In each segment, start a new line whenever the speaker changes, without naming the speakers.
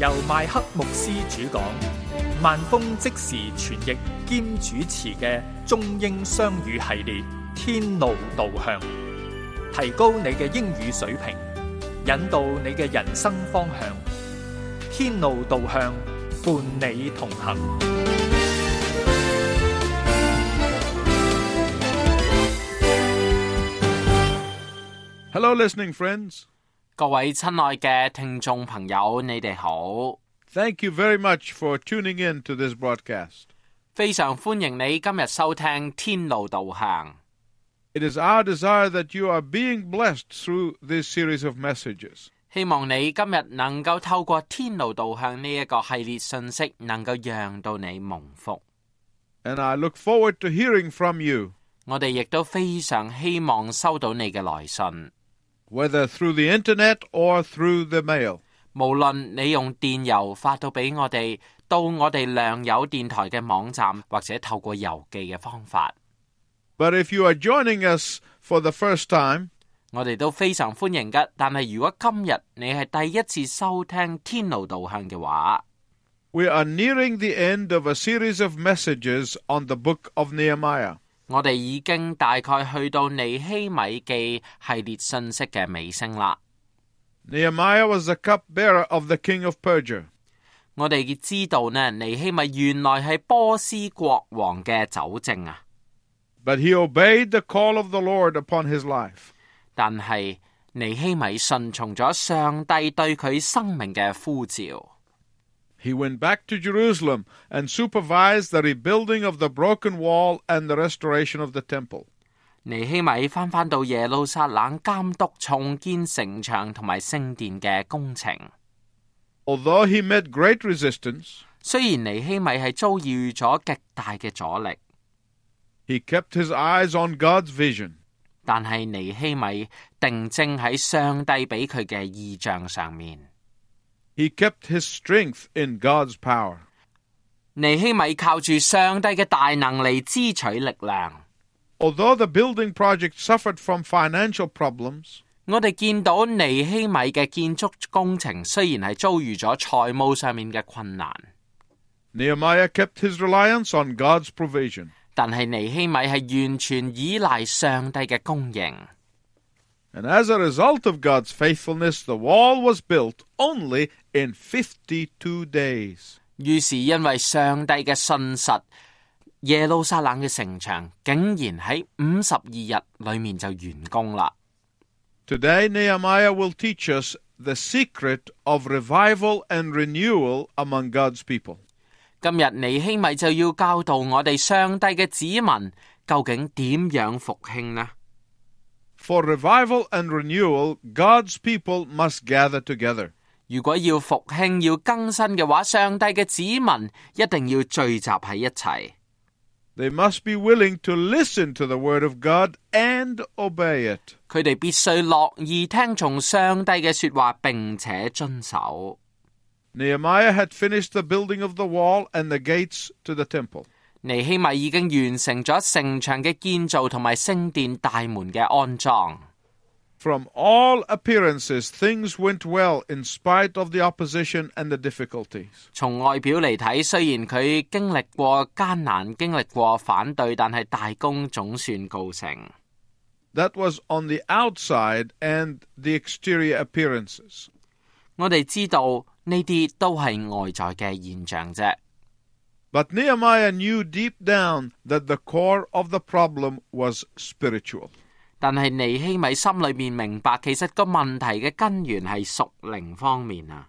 由麥克牧師主講，萬峰即時傳譯兼主持嘅中英雙語系列《天路導向》，提高你嘅英語水平，引導你嘅人生方向。天路導向，伴你同行。
Hello, listening friends.
各位親愛嘅聽眾朋友，你哋好！
Thank you very much for tuning in to this broadcast.
非常歡迎你今日收聽天路導向。
It is our desire that you are being blessed through this series of messages.
希望你今日能夠透過天路導向呢一個系列信息，能夠讓到你蒙福。
And I look forward to hearing from you,
我哋亦都非常希望收到你嘅來信，
whether through the internet or through the mail.
無論你用電郵發到俾我哋，到我哋良友電台嘅網站，或者透過郵寄嘅方法，
But if you are joining us for the first time,
我哋都非常歡迎㗎。但係如果今日你係第一次收聽天路導向嘅話，
we are nearing the end of a series of messages on the book of Nehemiah.
我哋已經大概去到尼希米記系列信息嘅尾聲啦。
Nehemiah was the cupbearer of the king of Persia.
我哋知道呢，尼希米原來係波斯國王嘅酒政啊，
But he obeyed the call of the Lord upon his life.
但係尼希米順從咗上帝對佢生命嘅呼召。
He went back to Jerusalem and supervised the rebuilding of the broken wall and the restoration of the temple.
尼希米翻返到耶路撒冷監督重建城牆同埋聖殿嘅工程。
Although he met great resistance,
雖然尼希米係遭遇咗極大嘅阻力，
he kept his eyes on God's vision.
但係尼希米定睛喺上帝俾佢嘅意象上面。
He kept his strength in God's power.
尼希米靠住上帝嘅大能嚟支取力量。
Although the building project suffered from financial problems,
我哋見到尼希米嘅建築工程雖然係遭遇咗財務上面嘅困難，
Nehemiah kept his reliance on God's provision.
但係尼希米係完全依賴上帝嘅供應。
And as a result of God's faithfulness, the wall was built only in 52 days.
於是因為上帝嘅信實，耶路撒冷嘅城牆竟然喺五十二日裏面就完工啦。
Today, Nehemiah will teach us the secret of revival and renewal among God's people.
今日尼希米就要教導我哋上帝嘅子民究竟點樣復興呢？
For revival and renewal, God's people must gather together.
如果要復興、要更新嘅話，上帝嘅子民一定要聚集喺一齊。
They must be willing to listen to the word of God and obey it.
佢哋必須樂意聽從上帝嘅說話，並且遵守。
Nehemiah had finished the building of the wall and the gates to the temple.
尼希米已經完成咗城牆嘅建造同埋聖殿大門嘅安裝。
From all appearances, things went well in spite of the opposition and the difficulties.
從外表嚟睇，雖然佢經歷過艱難，經歷過反對，但係大功總算告成。
That was on the outside and the exterior appearances.
我哋知道呢啲都係外在嘅現象啫。
But Nehemiah knew deep down that the core of the problem was spiritual.
但係尼希米心裏面明白，其實個問題嘅根源係屬靈方面啊。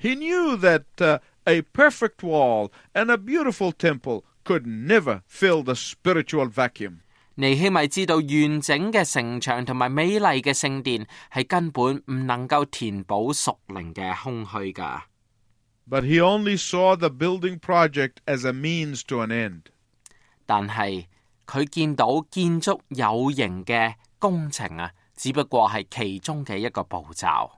He knew that uh, a perfect wall and a beautiful temple could never fill the spiritual vacuum.
尼希米知道完整嘅城牆同埋美麗嘅聖殿係根本唔能夠填補屬靈嘅空虛㗎。
But he only saw the building project as a means to an end.
但係佢見到建築有形嘅工程啊，只不過係其中嘅一個步驟。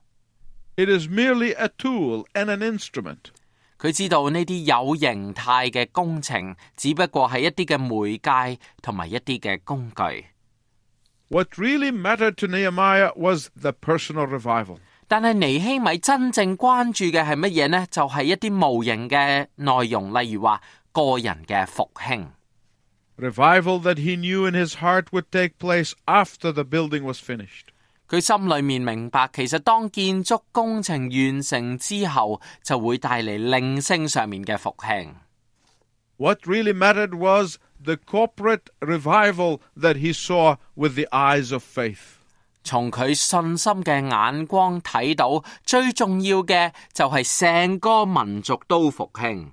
It is merely a tool and an instrument.
佢知道呢啲有形態嘅工程，只不過係一啲嘅媒介同埋一啲嘅工具。
What really mattered to Nehemiah was the personal revival.
但係尼希米真正關注嘅係乜嘢呢？就係、一啲無形嘅內容，例如話個人嘅復興。
Revival that he knew in his heart would take place after the building was finished.
佢心裏面明白，其實當建築工程完成之後，就會帶嚟靈性上面嘅復興。
What really mattered was the corporate revival that he saw with the eyes of faith.
從佢信心嘅眼光睇到，最重要嘅就係成個民族都復興。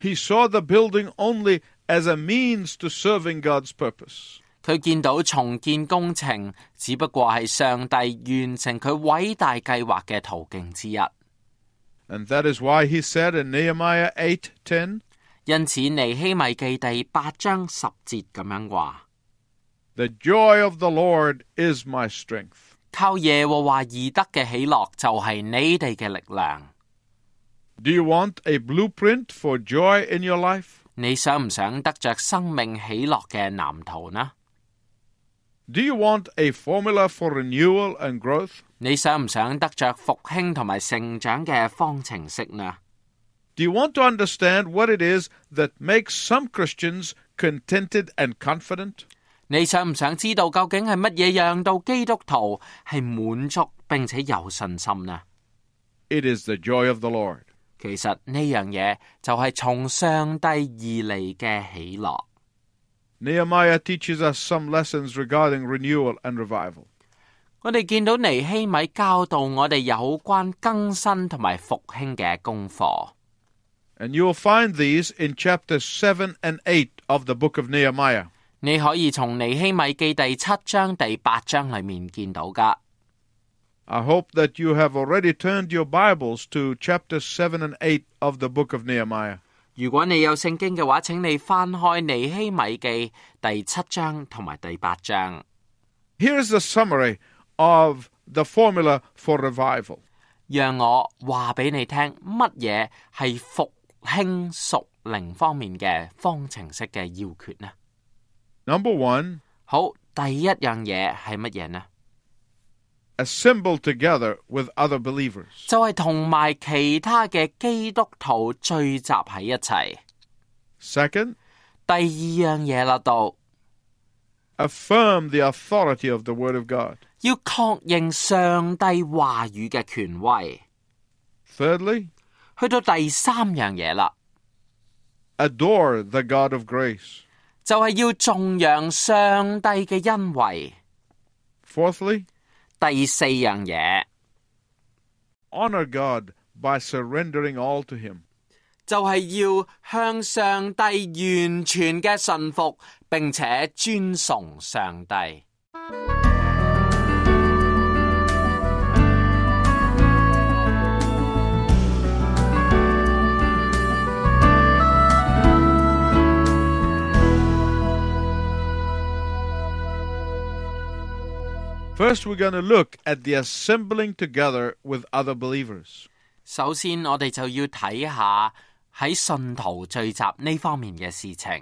He saw the building only as a means to serving God's purpose.
佢見到重建工程只不過係上帝完成佢偉大計劃嘅途徑之一。
And that is why he said in Nehemiah 8:10,
因此，尼希米記第八章十節咁樣話：
"The joy of the Lord is my strength."
靠耶和華而得嘅喜樂就係你哋嘅力量。
Do you want a blueprint for joy in your life?
你想唔想得着生命喜樂嘅藍圖呢？
Do you want a formula for renewal and growth?
你想唔想得着復興同埋成長嘅方程式呢？
Do you want to understand what it is that makes some Christians contented and confident?
你想唔想知道究竟係乜嘢讓到基督徒係滿足並且有信心呢？
It is the joy of the Lord.
其實呢樣嘢就係從上帝而嚟嘅喜樂。
Nehemiah teaches us some lessons regarding renewal and revival.
我哋見到尼希米教導我哋有關更新同埋復興嘅功課，
And you will find these in chapters 7 and 8 of the book of Nehemiah.
你可以從尼希米記第七章、第八章裏面見到噶。
I hope that you have already turned your Bibles to chapters 7 and 8 of the book of Nehemiah.
如果你有聖經嘅話，請你翻開尼希米記第七章同埋第八章。
Here's the summary of the formula for revival
讓我話俾你聽乜嘢係復興屬靈方面嘅方程式嘅要訣呢？
Number one,
好，第一樣嘢係乜嘢呢？
assemble together with other believers.
就係同埋其他嘅基督徒聚集喺一齊。
Second,
第二樣嘢啦，到
affirm the authority of the Word of God.
要確認上帝話語嘅權威。
Thirdly,
去到第三樣嘢啦，
adore the God of grace.
就係要頌揚上帝嘅恩惠。
Fourthly,
第四樣嘢
honor God by surrendering all to Him.
就係要向上帝完全嘅信服，並且尊崇上帝。
First, we're going to look at the assembling together with other believers.
首先，我哋就要睇下喺信徒聚集呢方面嘅事情。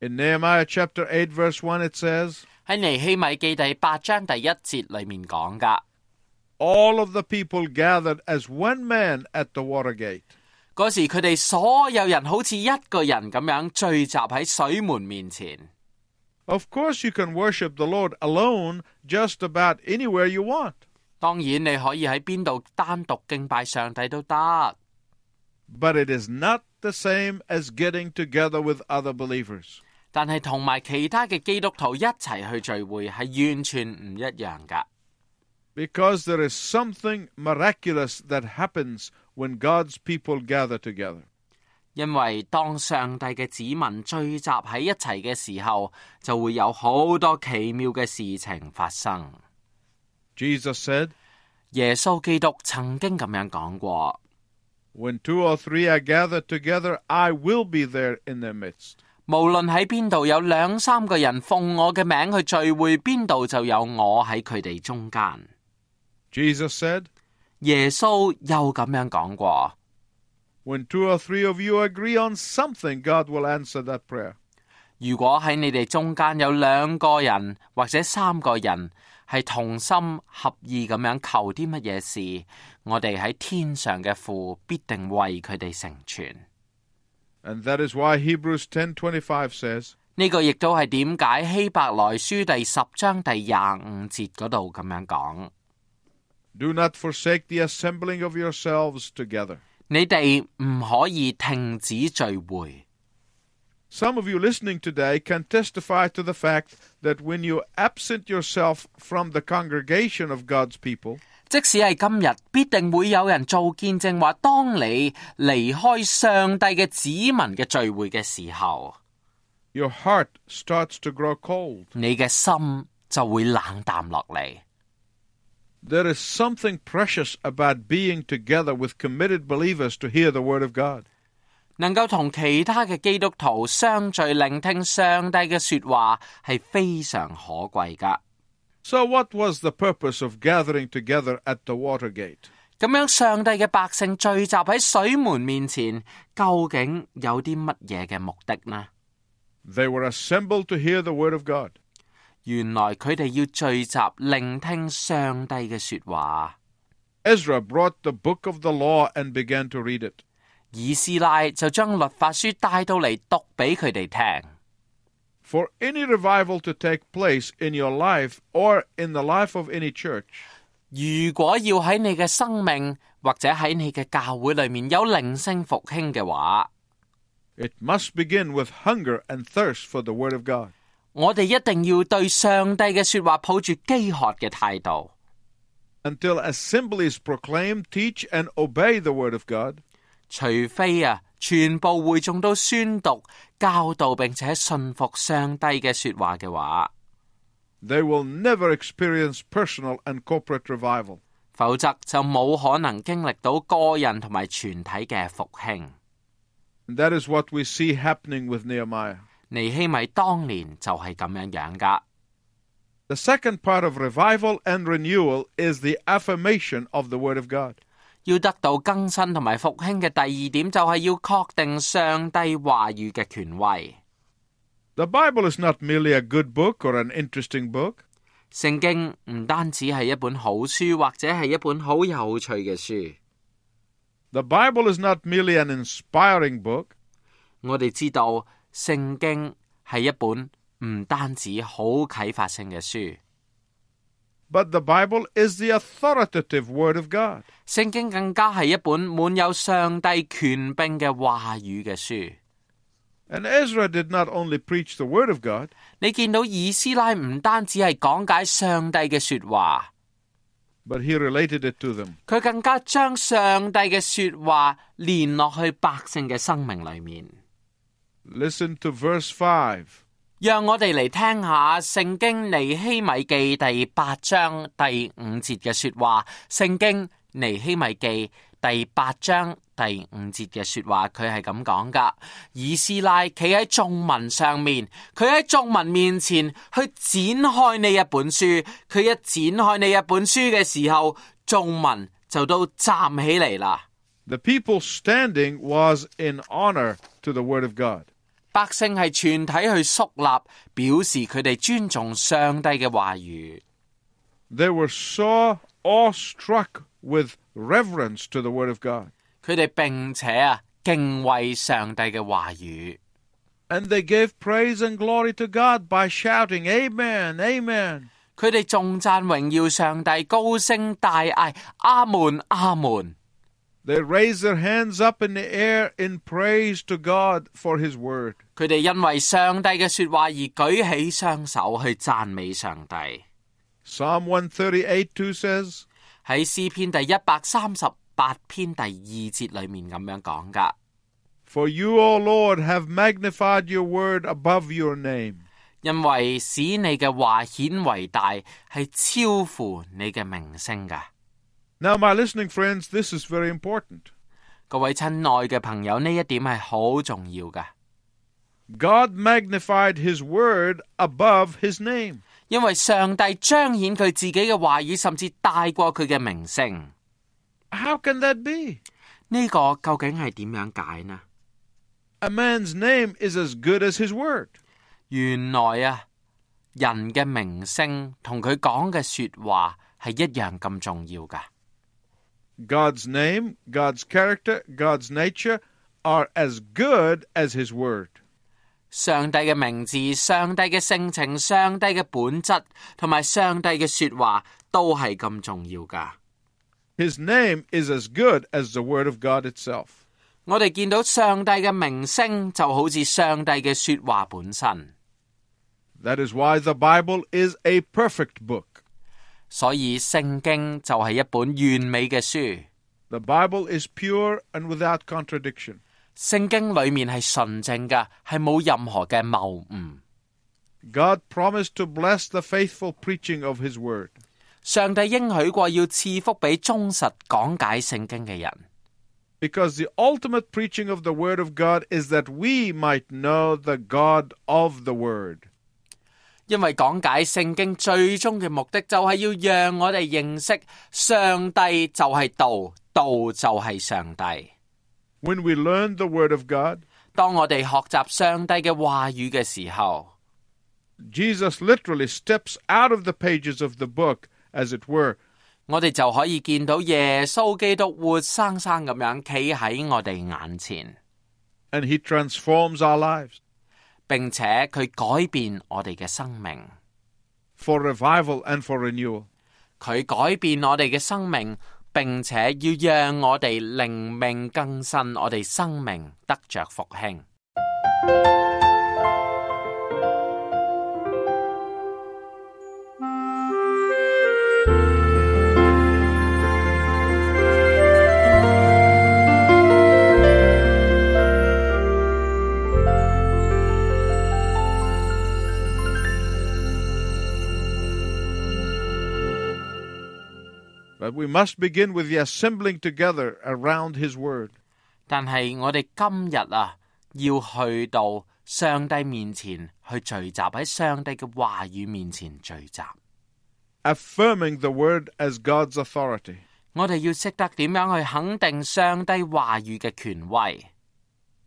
In Nehemiah chapter 8, verse 1, it says,
喺尼希米記第八章第一節裏面講噶，
All of the people gathered as one man at the water gate.
嗰時佢哋所有人好似一個人咁樣聚集喺水門面前。
Of course, you can worship the Lord alone just about anywhere you want.
當然，你可以喺邊度單獨敬拜上帝都得，
But it is not the same as getting together with other believers.
但係同埋其他嘅基督徒一齊去聚會係完全唔一樣噶。
Because there is something miraculous that happens when God's people gather together.
因為當上帝嘅子民聚集喺一齊嘅時候，就會有好多奇妙嘅事情發生。
Jesus said,
耶穌基督曾經咁樣講過：
When two or three are gathered together, I will be there in their midst.
無論喺邊度有兩三個人奉我嘅名去聚會，邊度就有我喺佢哋中間。
Jesus said,
耶穌又咁樣講過：
When two or three of you agree on something, God will answer that prayer.
如果喺你哋中間有兩個人或者三個人係同心合意咁樣求啲乜嘢事，我哋喺天上嘅父必定為佢哋成全。
And that is why Hebrews 10:25 says,
呢個亦都係點解希伯來書第十章第廿五節嗰度咁樣講：
"Do not forsake the assembling of yourselves together."
你哋唔可以停止聚會。
Some of you listening today can testify to the fact that when you absent yourself from the congregation of God's people,
即使係今日，必定會有人做見證話：當你離開上帝嘅子民嘅聚會嘅時候，
your heart starts to grow cold.
你嘅心就會冷淡落嚟。
There is something precious about being together with committed believers to hear the Word of God.
能夠同其他嘅基督徒相聚聆聽上帝嘅說話，係非常可貴噶。
So, what was the purpose of gathering together at the Watergate?
咁樣，上帝嘅百姓聚集喺水門面前，究竟有啲乜嘢嘅目的呢？
They were assembled to hear the Word of God.
原來佢哋要聚集聆聽上帝嘅說話。
Ezra brought the book of the law and began to read it.
以斯拉就將律法書帶到嚟讀俾佢哋聽。
For any revival to take place in your life or in the life of any church,
如果要喺你嘅生命或者喺你嘅教會裏面有靈性復興嘅話，
it must begin with hunger and thirst for the Word of God.
我哋一定要對上帝嘅說話抱住飢渴嘅態度，
Until assemblies proclaim, teach, and obey the Word of God,
除非啊，全部會眾都宣讀、教導並且信服上帝嘅說話嘅話，
they will never experience personal and corporate revival.
否則就冇可能經歷到個人同埋全體嘅復興。
And that is what we see happening with Nehemiah.
尼希米當年就係咁樣樣噶。
The second part of revival and renewal is the affirmation of the Word of God.
要得到更新同埋復興嘅第二點，就係要確定上帝話語嘅權威。
The Bible is not merely a good book or an interesting book.
聖經唔單止係一本好書，或者係一本好有趣嘅書。
The Bible is not merely an inspiring book.
我哋知道聖經係一本唔單止好啟發性嘅書。
But the Bible is the authoritative Word of God.
聖經更加係一本滿有上帝權柄嘅話語嘅書。
And Ezra did not only preach the Word of God,
你見到以斯拉唔單止係講解上帝嘅說話，
but he related it to them.
佢更加將上帝嘅說話連落去百姓嘅生命裏面。
Listen to verse 5.
讓我哋嚟聽下《聖經尼希米記》第八章第五節嘅說話，《聖經尼希米記》第八章第五節嘅說話，佢係咁講噶。以斯拉企喺眾民上面，佢喺眾民面前去展開呢一本書，佢一展開呢一本書嘅時候，眾民就都站起嚟啦。
The people standing was in honor to the Word of God.
百姓係全體去肅立，表示佢哋尊重上帝嘅話語。
They were so awestruck with reverence to the Word of God.
佢哋並且啊敬畏上帝嘅話語，
And they gave praise and glory to God by shouting, Amen, Amen.
佢哋仲讚榮耀上帝，高聲大嗌：阿門，阿門！
They raised their hands up in the air in praise to God for His Word.
佢哋因為上帝嘅說話而舉起雙手去讚美上帝。
Psalm 138 2 says,
喺詩篇第一百三十八篇第二節裏面咁樣講噶：
For you, O Lord, have magnified your word above your name.
因為使你嘅話顯為大，係超乎你嘅名聲噶。
Now, my listening friends, this is very important.
各位親愛嘅朋友，呢一點係好重要噶。
God magnified His word above His name.
因为上帝彰显佢自己嘅话语，甚至大过佢嘅名声。
How can that be?
呢、个究竟系点样解呢？
A man's name is as good as his word.
原來啊，人嘅名聲同佢講嘅說話係一樣咁重要噶。
God's name, God's character, God's nature are as good as His word.
上帝嘅名字、上帝嘅性情、上帝嘅本質同埋上帝嘅說話都係咁重要噶。
His name is as good as the word of God itself.
我哋見到上帝嘅名聲就好似上帝嘅說話本身，
That is why the Bible is a perfect book.
所以聖經就係一本完美嘅書。
The Bible is pure and without contradiction.
聖經裏面係純正嘅，係冇任何嘅謬誤。
God promised to bless the faithful preaching of His word.
上帝應許過要賜福俾忠實講解聖經嘅人，
Because the ultimate preaching of the Word of God is that we might know the God of the Word.
因為講解聖經最終嘅目的就係要讓我哋認識上帝就係道，道就係上帝。
When we learn the Word of God,
當我哋學習上帝嘅話語嘅時候，
Jesus literally steps out of the pages of the book, as it were,
我哋就可以見到耶穌基督活生生咁樣企喺我哋眼前，
and He transforms our lives
並且佢改變我哋嘅生命，
for revival and for renewal.
佢改變我哋嘅生命，並且要讓我哋靈命更新，我哋生命得着復興。
But we must begin with the assembling together around His Word.
但係我哋今日啊，要去到上帝面前去聚集，喺上帝嘅話語面前聚集。
affirming the word as God's authority.
我哋要識得點樣去肯定上帝話語嘅權威。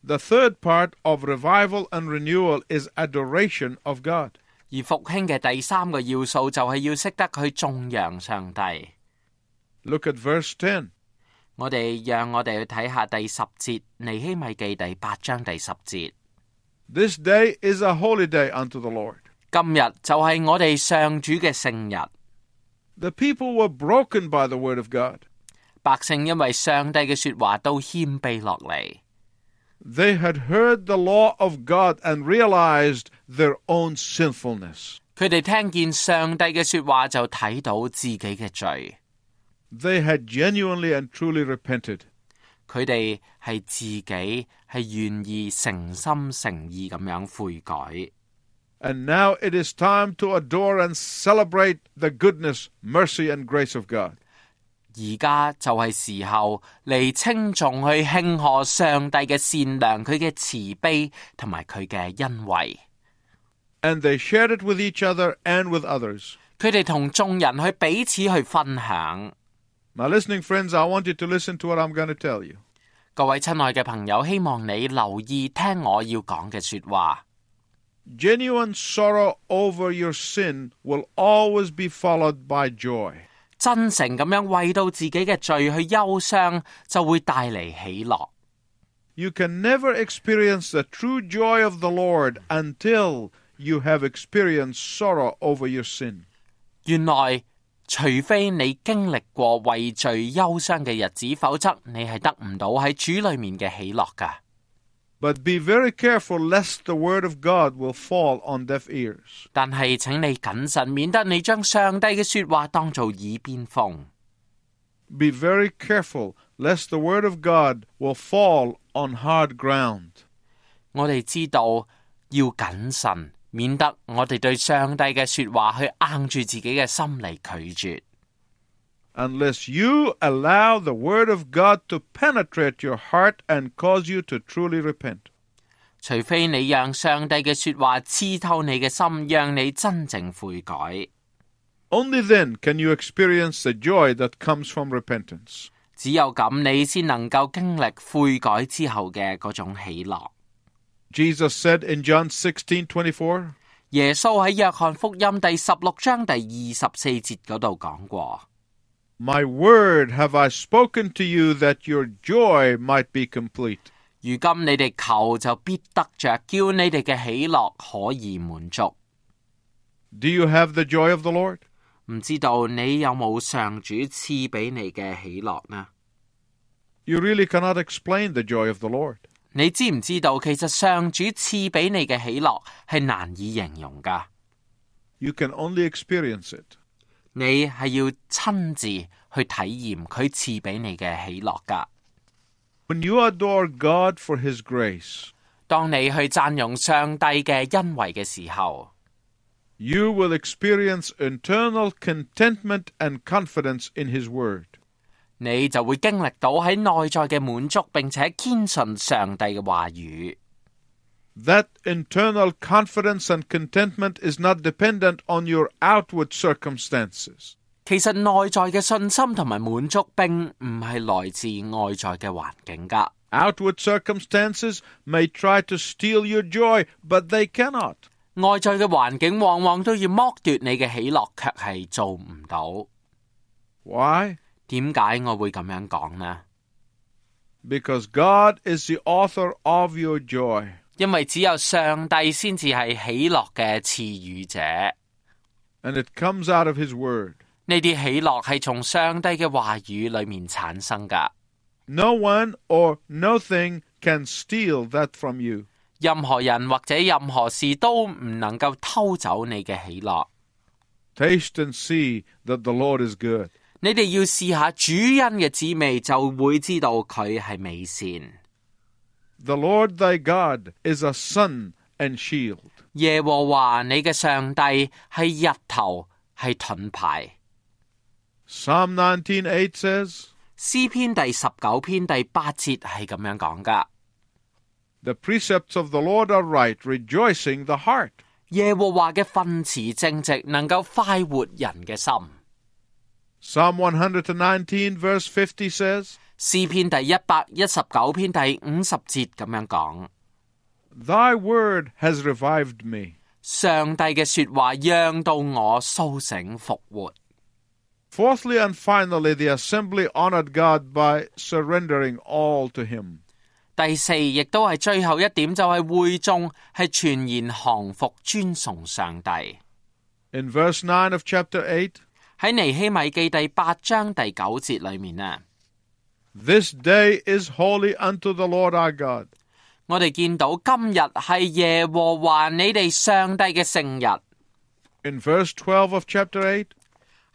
The third part of revival and renewal is adoration of God.
而復興嘅第三個要素就係要識得去頌揚上帝。
Look at verse 10.
我哋讓我哋去睇下第十節尼希米記第八章第十節。
This day is a holy day unto the Lord.
今日就係我哋上主嘅聖日，
The people were broken by the word of God.
百姓因為上帝嘅說話都謙卑落嚟。
They had heard the law of God and realized their own sinfulness.
佢哋聽見上帝嘅說話就睇到自己嘅罪，
They had genuinely and truly repented.
佢哋係自己係願意誠心誠意咁樣悔改。
And now it is time to adore and celebrate the goodness, mercy, and grace of God.
而家就係時候嚟稱重去慶賀上帝嘅善良、佢嘅慈悲同埋佢嘅恩惠。
And they shared it with each other and with others.
佢哋同眾人去彼此去分享。
Now, listening friends, I want you to listen to what I'm going to tell you.
各位親愛嘅朋友，希望你留意聽我要講嘅說話。
Genuine sorrow over your sin will always be followed by joy.
真誠咁樣為到自己嘅罪去憂傷，就會帶嚟喜樂。
You can never experience the true joy of the Lord until you have experienced sorrow over your sin.
原來除非你經歷過為罪憂傷嘅日子，否則你係得唔到喺主裏面嘅喜樂㗎。
But be very careful lest the word of God will fall on deaf ears.
但係請你謹慎，免得你將上帝嘅說話當做耳邊風。
Be very careful lest the word of God will fall on hard ground.
我哋知道要謹慎，免得我哋對上帝嘅說話去硬住自己嘅心嚟拒絕。
unless you allow the Word of God to penetrate your heart and cause you to truly repent.
除非你讓上帝嘅說話刺透你嘅心，讓你真正悔改，
Only then can you experience the joy that comes from repentance.
只有咁你先能夠經歷悔改之後嘅嗰種喜樂。
Jesus said in John 16 24,
耶穌喺約翰福音第十六章第二十四節嗰度講過：
My word have I spoken to you that your joy might be complete.
如今你哋求就必得着，叫你哋嘅喜樂可以滿足。
Do you have the joy of the Lord?
唔知道你有冇上主賜俾你嘅喜樂呢？
You really cannot explain the joy of the Lord.
你知唔知道其實上主賜俾你嘅喜樂係難以形容噶？
You can only experience it.
你係要親自去體驗佢賜俾你嘅喜樂噶。
When you adore God for His grace,
當你去讚揚上帝嘅恩惠嘅時候，
you will experience internal contentment and confidence in His word.
你就會經歷到喺內在嘅滿足，並且堅信上帝嘅話語。
That internal confidence and contentment is not dependent on your outward circumstances.
其實內在嘅信心同埋滿足並唔係來自外在嘅環境噶。
Outward circumstances may try to steal your joy, but they cannot.
外在嘅環境往往都要剝奪你嘅喜樂，卻係做唔到。
Why?
點解我會咁樣講呢？
Because God is the author of your joy.
因為只有上帝先至係喜樂嘅賜予者。
and it comes out of His Word.
呢啲喜樂係從上帝嘅話語裏面產生噶。
No one or no thing can steal that from you.
任何人或者任何事都唔能夠偷走你嘅喜樂。
Taste and see that the Lord is good.
你哋要試下主恩嘅滋味，就會知道佢係美善。
The Lord thy God is a sun and shield.
耶和華你嘅上帝係日頭，係盾牌。
Psalm 19:8 says,
詩篇第十九篇第八節係咁樣講噶。
"The precepts of the Lord are right, rejoicing the heart."
耶和華嘅訓詞正直，能夠快活人嘅心。
Psalm 119 verse 50 says,
詩篇第一百一十九篇第五十節咁樣講：
"Thy word has revived me.
上帝嘅說話讓到我蘇醒復活。
Fourthly and finally, the assembly honored God by surrendering all to Him.
第四，亦都係最後一點，就係會眾係全然降服尊崇上帝。
In verse 9 of chapter 8,
喺尼希米記第八章第九節裏面啊，
This day is holy unto the Lord our God.
我哋見到今日係耶和華你哋上帝嘅聖日。
In verse 12 of chapter 8,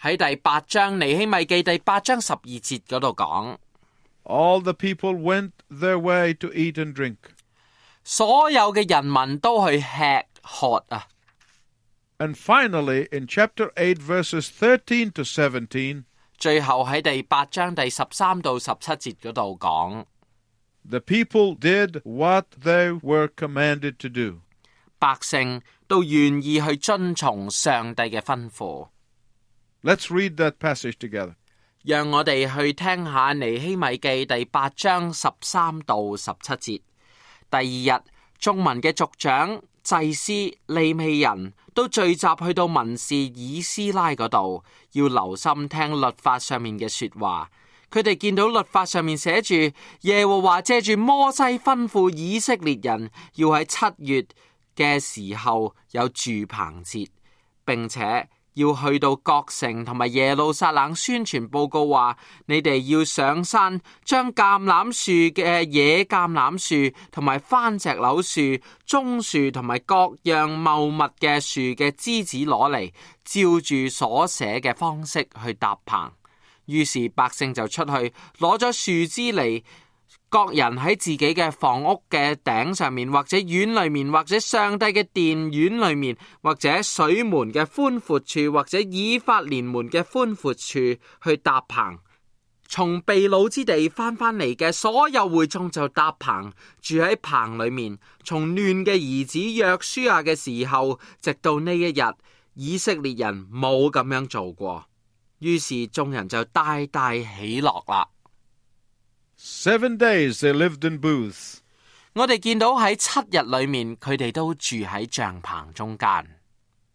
喺第八章尼希米記第八章十二節嗰度講，
all the people went their way to eat and drink.
所有嘅人民都去吃喝啊。
And finally, in chapter 8, verses 13 to 17,
最後喺第八章第十三到十七節嗰度講，
the people did what they were commanded to do.
百姓都願意去遵從上帝嘅吩咐。
Let's read that passage together.
讓我哋去聽下尼希米記第八章十三到十七節。第二日，眾民嘅族長、祭司、利未人都聚集去到文士以斯拉嗰度，要留心聽律法上面嘅說話。佢哋見到律法上面寫住耶和華借住摩西吩咐以色列人要喺七月嘅時候有住棚節。並且要去到各城同埋耶路撒冷宣傳報告話，你哋要上山，將橄欖樹嘅野橄欖樹同埋番石榴樹、棕樹同埋各樣茂密嘅樹嘅枝子攞嚟，照住所寫嘅方式去搭棚。於是百姓就出去攞咗樹枝嚟。各人喺自己嘅房屋嘅頂上面，或者院裏面，或者上帝嘅殿院裏面，或者水門嘅寬闊處，或者以法蓮門嘅寬闊處去搭棚。從被擄之地翻返嚟嘅所有會眾就搭棚，住喺棚裏面。從嫩嘅兒子約書亞嘅時候，直到呢一日，以色列人冇咁樣做過。於是眾人就大大喜樂啦。
Seven days they lived in booths.
我哋見到喺七日裏面，佢哋都住喺帳棚中間。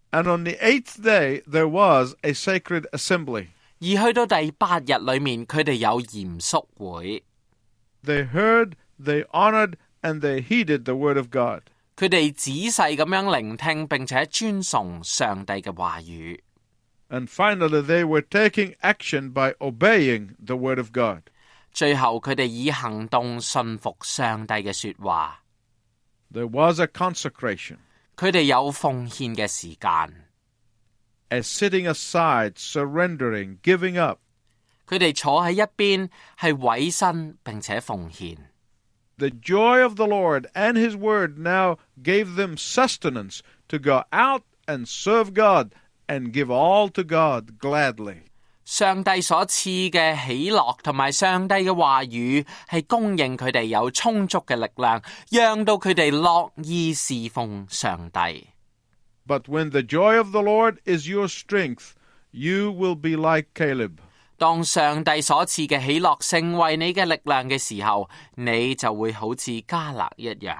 And on the eighth day, there was a sacred assembly.
而去到第八日裏面，佢哋有嚴肅會，
They heard, they honored, and they heeded the word of God.
佢哋仔細咁樣聆聽並且尊崇上帝嘅話語。
And finally, they were taking action by obeying the word of God.
最後佢哋以行動信服上帝嘅說話。
There was a consecration,
佢哋有奉獻嘅時間，
a sitting aside, surrendering, giving up.
佢哋坐喺一邊係委身並且奉獻。
The joy of the Lord and His word now gave them sustenance to go out and serve God and give all to God gladly.
上帝所賜嘅喜樂同埋上帝嘅話語係供應佢哋有充足嘅力量，讓到佢哋樂意侍奉上帝。
But when the joy of the Lord is your strength, you will be like Caleb.
當上帝所賜嘅喜樂成為你嘅力量嘅時候，你就會好似加勒一樣。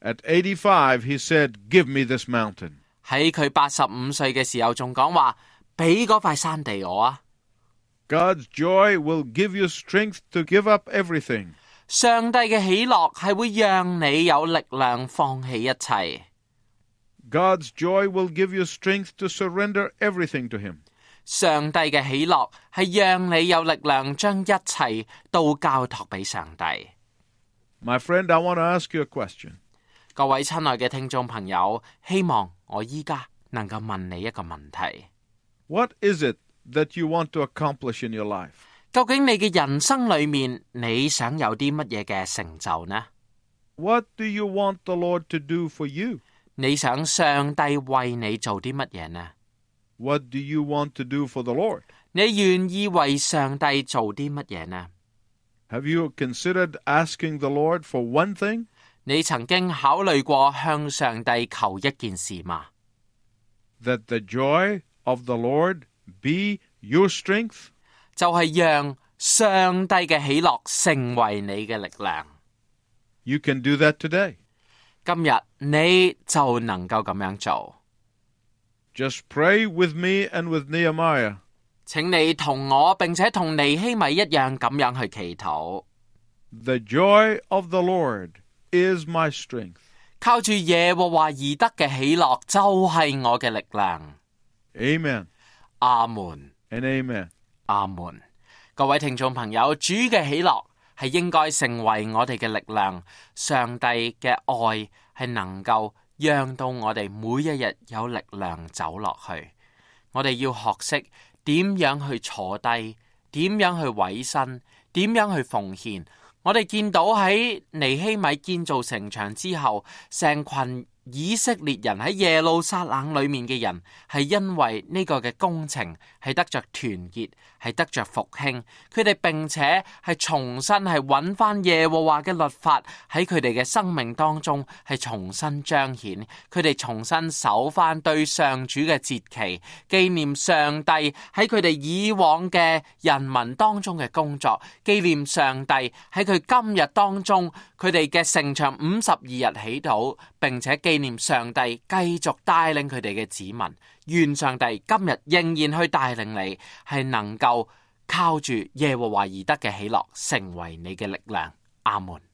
At 85, he said, Give me this mountain.
喺佢八十五歲嘅時候，仲講話俾嗰塊山地我啊！
God's joy will give you strength to give up everything.
上帝嘅喜樂係會讓你有力量放棄一切。
God's joy will give you strength to surrender everything to Him.
上帝嘅喜樂係讓你有力量將一切都交託俾上帝。
My friend, I want to ask you a question.
各位親愛嘅聽眾朋友，希望我依家能夠問你一個問題：
What is it that you want to accomplish in your life?
究竟你嘅人生裏面，你想有啲乜嘢嘅成就呢？
What do you want the Lord to do for you?
你想上帝為你做啲乜嘢呢？
What do you want to do for the Lord?
你願意為上帝做啲乜嘢呢？
Have you considered asking the Lord for one thing?
你曾經考慮過向上帝求一件事嗎？
That the joy of the Lord be your strength?
就係讓上帝嘅喜樂成為你嘅力量。
You can do that today.
今日你就能夠咁樣做，
Just pray with me and with Nehemiah.
請你同我並且同尼希米一樣咁樣去祈禱，
The joy of the Lord is my strength.
靠住耶和華而得嘅喜樂就係我嘅力量。
Amen
阿門，
and amen.
阿門。各位聽眾朋友，主嘅喜樂係應該成為我哋嘅力量，上帝嘅愛係能夠讓到我哋每一日有力量走落去。我哋要學識點樣去坐低，點樣去委身，點樣去奉獻。我哋見到喺尼希米建造城牆之後，成群以色列人喺耶路撒冷裏面嘅人，係因為呢個嘅工程係得着團結，係得着復興。佢哋並且係重新係揾翻耶和華嘅律法喺佢哋嘅生命當中係重新彰顯。佢哋重新守翻對上主嘅節期，紀念上帝喺佢哋以往嘅人民當中嘅工作，紀念上帝喺佢今日當中佢哋嘅城牆五十二日起禱，並且紀念上帝繼續帶領佢哋嘅子民。願上帝今日仍然去帶領你，係能夠靠住耶和華而得嘅喜樂，成為你嘅力量。阿門。